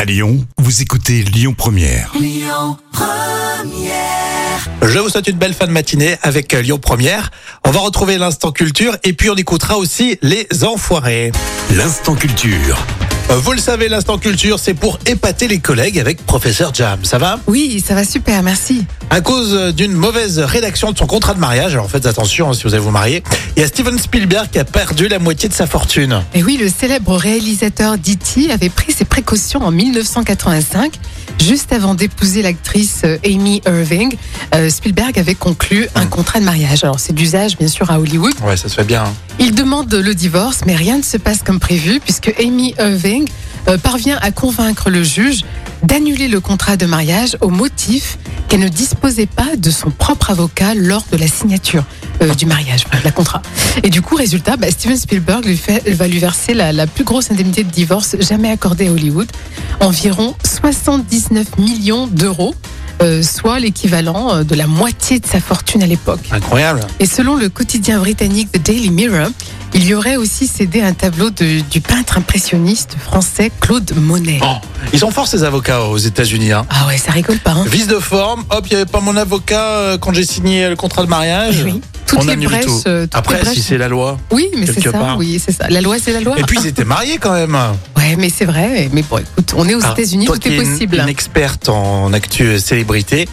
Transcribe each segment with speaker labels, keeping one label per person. Speaker 1: À Lyon, vous écoutez Lyon Première.
Speaker 2: Je vous souhaite une belle fin de matinée avec euh, Lyon Première. On va retrouver l'instant culture et puis on écoutera aussi les enfoirés.
Speaker 1: L'instant culture.
Speaker 2: Vous le savez, l'instant culture, c'est pour épater les collègues avec professeur Jam. Ça va
Speaker 3: Oui, ça va super, merci.
Speaker 2: À cause euh, d'une mauvaise rédaction de son contrat de mariage, alors faites attention hein, si vous allez vous marier, il y a Steven Spielberg qui a perdu la moitié de sa fortune.
Speaker 3: Et oui, le célèbre réalisateur Ditty avait pris ses précautions en 1985. Juste avant d'épouser l'actrice euh, Amy Irving, euh, Spielberg avait conclu un contrat de mariage. Alors c'est d'usage bien sûr à Hollywood.
Speaker 2: Ouais, ça se fait bien. hein.
Speaker 3: Il demande le divorce, mais rien ne se passe comme prévu puisque Amy Irving euh, parvient à convaincre le juge d'annuler le contrat de mariage au motif qu'elle ne disposait pas de son propre avocat lors de la signature euh, du mariage, enfin, de la contrat. Et du coup, résultat, bah, Steven Spielberg lui fait- va lui verser la, la plus grosse indemnité de divorce jamais accordée à Hollywood, environ 79 millions d'euros, euh, soit l'équivalent euh, de la moitié de sa fortune à l'époque.
Speaker 2: Incroyable.
Speaker 3: Et selon le quotidien britannique The Daily Mirror, il y aurait aussi cédé un tableau de- du peintre impressionniste français Claude Monet.
Speaker 2: Bon, ils sont forts ces avocats aux États-Unis. Hein.
Speaker 3: Ah ouais, ça rigole pas. Hein
Speaker 2: Vice de forme, hop, il n'y avait pas mon avocat euh, quand j'ai signé le contrat de mariage.
Speaker 3: Oui. Toutes
Speaker 2: on
Speaker 3: les
Speaker 2: annule
Speaker 3: brèches,
Speaker 2: tout.
Speaker 3: euh, toutes les
Speaker 2: Après,
Speaker 3: brèches-
Speaker 2: si c'est la loi.
Speaker 3: oui, mais c'est
Speaker 2: quelque
Speaker 3: ça.
Speaker 2: part.
Speaker 3: Oui, c'est ça. La loi, c'est la loi.
Speaker 2: Et puis ils étaient mariés quand même.
Speaker 3: Ouais, mais c'est vrai. Mais bon, écoute, on est aux
Speaker 2: Alors,
Speaker 3: États-Unis,
Speaker 2: Ah, toi
Speaker 3: tout
Speaker 2: qui
Speaker 3: est
Speaker 2: es une-
Speaker 3: possible.
Speaker 2: Une experte en actu célébrité,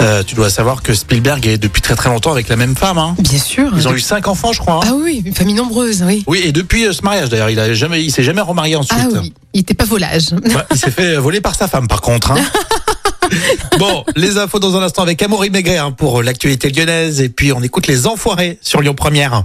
Speaker 2: euh, tu dois savoir que Spielberg est depuis très très longtemps avec la même femme. hein.
Speaker 3: Bien sûr.
Speaker 2: Ils ont eu cinq enfants, je crois. hein.
Speaker 3: Ah oui, une famille nombreuse, oui.
Speaker 2: Oui, et depuis euh, ce mariage d'ailleurs, il a jamais, il s'est jamais remarié ensuite.
Speaker 3: Ah oui, il était pas volage.
Speaker 2: Ouais, il s'est fait euh, voler par sa femme, par contre. hein. bon, les infos dans un instant avec Amaury Maigret hein, pour l'actualité lyonnaise, et puis on écoute les enfoirés sur Lyon Première.